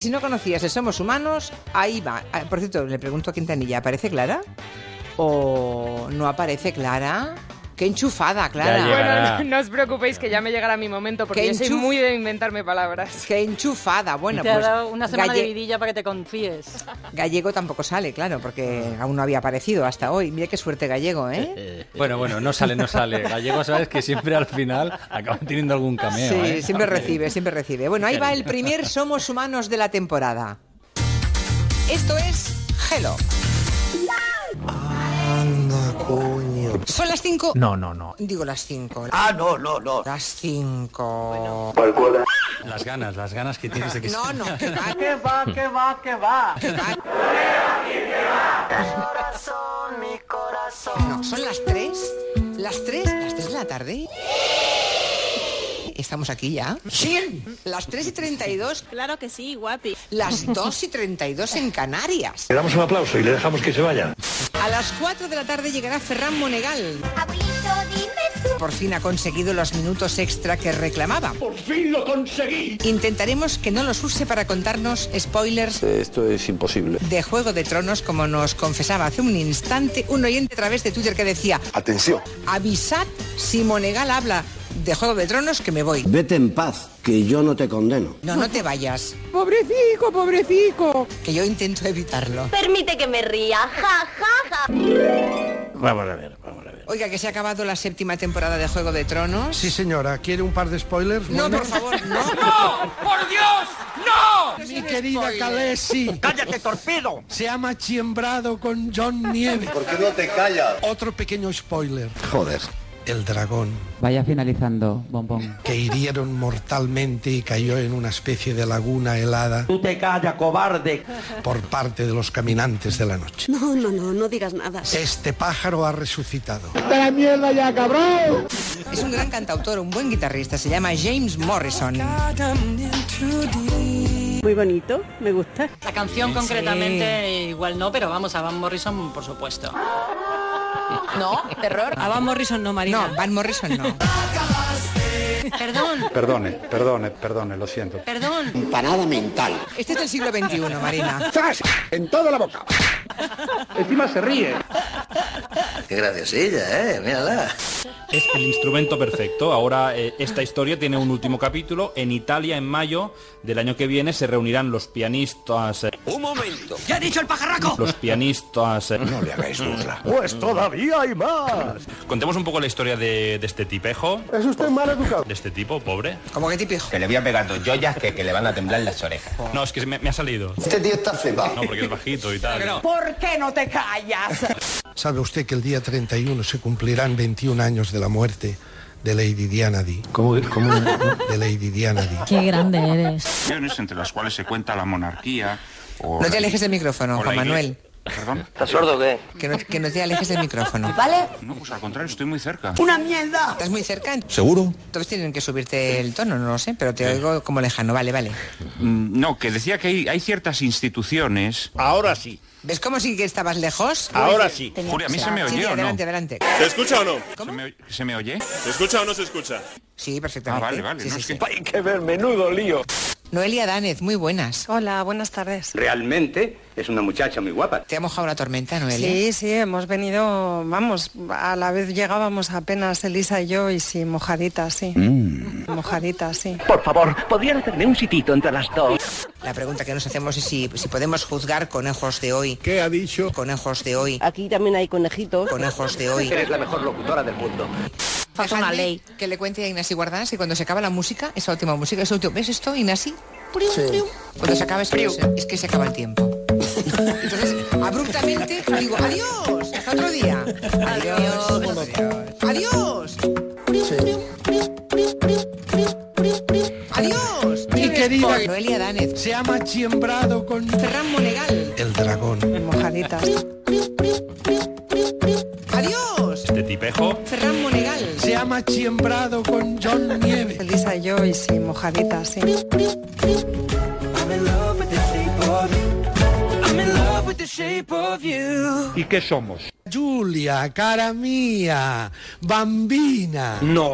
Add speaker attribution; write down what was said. Speaker 1: Si no conocías de Somos Humanos, ahí va. Ah, Por cierto, le pregunto a Quintanilla, ¿aparece Clara? ¿O no aparece Clara? ¡Qué enchufada, Clara!
Speaker 2: Ya llegará.
Speaker 3: Ah, Bueno, no, no os preocupéis que ya me llegará mi momento porque
Speaker 1: Que
Speaker 3: yo soy
Speaker 1: enchuf-
Speaker 3: muy de inventarme palabras.
Speaker 1: ¡Qué enchufada! Bueno,
Speaker 4: Te ha
Speaker 1: pues
Speaker 4: dado una semana
Speaker 1: Galle-
Speaker 4: de vidilla para que te confíes.
Speaker 1: Gallego tampoco sale, claro, porque aún no había aparecido hasta hoy. Mira qué suerte Gallego, ¿eh?
Speaker 2: Bueno, bueno, no sale, no sale. Gallego, sabes que siempre al final acaban teniendo algún cameo.
Speaker 1: Sí,
Speaker 2: ¿eh?
Speaker 1: siempre recibe, siempre recibe. Bueno, ahí va el primer Somos Humanos de la temporada. Esto es Hello. Son las 5.
Speaker 5: No, no, no.
Speaker 1: Digo las 5.
Speaker 6: Ah, no, no, no.
Speaker 1: Las 5.
Speaker 2: Las ganas, las ganas que tienes de que
Speaker 1: No, no, que va,
Speaker 6: ¿Qué va, qué va, qué va?
Speaker 1: que va.
Speaker 6: Corazón, mi corazón.
Speaker 1: No, son las 3. Las 3, las 3 de la tarde. Estamos aquí ya. Sí. Las 3 y 32,
Speaker 7: Claro que sí, guapi.
Speaker 1: las 2 y 32 en Canarias.
Speaker 8: Le damos un aplauso y le dejamos que se vaya.
Speaker 1: A las 4 de la tarde llegará Ferran Monegal. Por fin ha conseguido los minutos extra que reclamaba. ¡Por fin lo conseguí! Intentaremos que no los use para contarnos spoilers
Speaker 9: Esto es imposible.
Speaker 1: de Juego de Tronos, como nos confesaba hace un instante un oyente a través de Twitter que decía,
Speaker 8: Atención.
Speaker 1: avisad si Monegal habla de Juego de Tronos que me voy.
Speaker 9: Vete en paz, que yo no te condeno.
Speaker 1: No, no te vayas,
Speaker 5: Pobrecico, pobrecico.
Speaker 1: que yo intento evitarlo.
Speaker 7: Permite que me ría, ja, ja, ja.
Speaker 8: Vamos a ver, vamos a ver.
Speaker 1: Oiga, que se ha acabado la séptima temporada de Juego de Tronos.
Speaker 5: Sí, señora. ¿Quiere un par de spoilers?
Speaker 1: No,
Speaker 5: Bueno,
Speaker 1: por favor, no.
Speaker 5: Mi querida Khaleesi
Speaker 6: ¡Cállate, torpedo!
Speaker 5: se ha machiembrado con John Nieves.
Speaker 8: ¿Por qué no te callas?
Speaker 5: Otro pequeño spoiler.
Speaker 9: Joder.
Speaker 5: El dragón
Speaker 10: Vaya finalizando, bombón.
Speaker 5: que hirieron mortalmente y cayó en una especie de laguna helada
Speaker 6: Tú te callas, cobarde.
Speaker 5: por parte de los caminantes de la noche.
Speaker 7: No, no, no, no digas nada.
Speaker 5: Este pájaro ha resucitado.
Speaker 1: Es un gran cantautor, un buen guitarrista, se llama James Morrison.
Speaker 7: Muy bonito, me gusta.
Speaker 4: La canción concretamente igual no, pero vamos a Van Morrison por supuesto. No, terror. A Van Morrison no,
Speaker 1: No, Van Morrison no.
Speaker 4: Perdón,
Speaker 8: Perdone, perdone, perdone, lo siento.
Speaker 4: perdón.
Speaker 9: Parada mental.
Speaker 1: Este es del siglo XXI, Marina.
Speaker 8: En toda la boca. Encima se ríe.
Speaker 6: Qué graciosilla, eh, mírala.
Speaker 11: Es el instrumento perfecto. Ahora eh, esta historia tiene un último capítulo. En Italia, en mayo del año que viene, se reunirán los pianistas, eh,
Speaker 6: Un momento. ¿Qué ha dicho el pajarraco?
Speaker 11: los pianistas. eh.
Speaker 8: No le hagáis burla. Pues todavía hay más.
Speaker 11: Contemos un poco la historia de, de este tipejo,
Speaker 8: Es usted mal educado.
Speaker 11: de este tipo, pobre.
Speaker 1: Como que tipijo.
Speaker 6: Que le voy a pegar dos joyas que, que le van a temblar las orejas.
Speaker 11: No, es que me, me ha salido.
Speaker 8: Este tío está flipado.
Speaker 11: No, porque es bajito y tal.
Speaker 6: ¿Por qué no te callas?
Speaker 5: ¿Sabe usted que el día 31 se cumplirán 21 años de la muerte de Lady Diana Dee? ¿Cómo? De Lady Diana Dee.
Speaker 7: Qué grande eres.
Speaker 11: Entre las cuales se cuenta la monarquía.
Speaker 1: No te alejes del micrófono,
Speaker 11: Hola,
Speaker 1: Juan
Speaker 11: Inés.
Speaker 1: Manuel.
Speaker 6: ¿Estás sordo o qué?
Speaker 1: Que no, que no te alejes del micrófono.
Speaker 11: No, pues al contrario, estoy muy cerca.
Speaker 6: ¡Una mierda!
Speaker 1: Estás muy cerca,
Speaker 9: ¿Seguro?
Speaker 1: entonces tienen que subirte el tono, no lo sé, pero te oigo como lejano. Vale, vale.
Speaker 11: No, que decía que hay, ciertas instituciones.
Speaker 8: Ahora sí,
Speaker 1: ¿Ves cómo sí que estabas lejos?
Speaker 8: ahora sí.
Speaker 11: Julia, a mí se me
Speaker 1: Sí, sí,
Speaker 11: oye o no.
Speaker 1: adelante, adelante.
Speaker 8: ¿Se escucha o no?
Speaker 11: ¿Se me, se me oye?
Speaker 8: ¿Se escucha o no se escucha?
Speaker 1: Sí, perfectamente.
Speaker 11: Ah, vale, vale,
Speaker 1: Sí,
Speaker 11: no,
Speaker 1: sí,
Speaker 11: es
Speaker 1: sí.
Speaker 11: que-
Speaker 8: Hay que ver, menudo lío.
Speaker 1: Noelia Danez, muy buenas.
Speaker 3: Hola, buenas tardes.
Speaker 6: Realmente es una muchacha muy guapa.
Speaker 1: ¿Te ha mojado la tormenta, Noelia?
Speaker 3: Sí, sí, hemos venido, vamos, a la vez llegábamos apenas Elisa y yo y sí, mojadita, sí. Mojadita, sí.
Speaker 6: Por favor, ¿podrían hacerme un sitito entre las dos?
Speaker 1: La pregunta que nos hacemos es si, si podemos juzgar conejos de hoy.
Speaker 5: ¿Qué ha dicho?
Speaker 1: Conejos de hoy.
Speaker 7: Aquí también hay conejitos.
Speaker 1: Conejos de hoy.
Speaker 6: Eres la mejor locutora del mundo.
Speaker 4: Falta una
Speaker 1: Dejadme
Speaker 4: ley.
Speaker 1: Que le cuente a Ignasi Guardans que cuando se acaba la música, esa última música, esa última, ¿ves esto, Ignasi? Priu, priu. Cuando se acaba es, es que se acaba el tiempo. Entonces, abruptamente digo, adiós, hasta otro día. Adiós. Adiós. Priu, priu, priu, priu, priu, priu, priu, priu. Adiós.
Speaker 5: Mi querida-
Speaker 1: Noelia Danez.
Speaker 5: Se ha machiembrado con
Speaker 1: Ferran Monegal.
Speaker 5: el dragón.
Speaker 3: Mojadita.
Speaker 1: Adiós.
Speaker 11: Este tipejo.
Speaker 1: Ferran Monegal.
Speaker 5: Se ha machiembrado con John Nieves.
Speaker 3: Elisa y yo y sí, mojadita, sí.
Speaker 8: ¿Y qué somos?
Speaker 5: Julia, cara mía, bambina. No.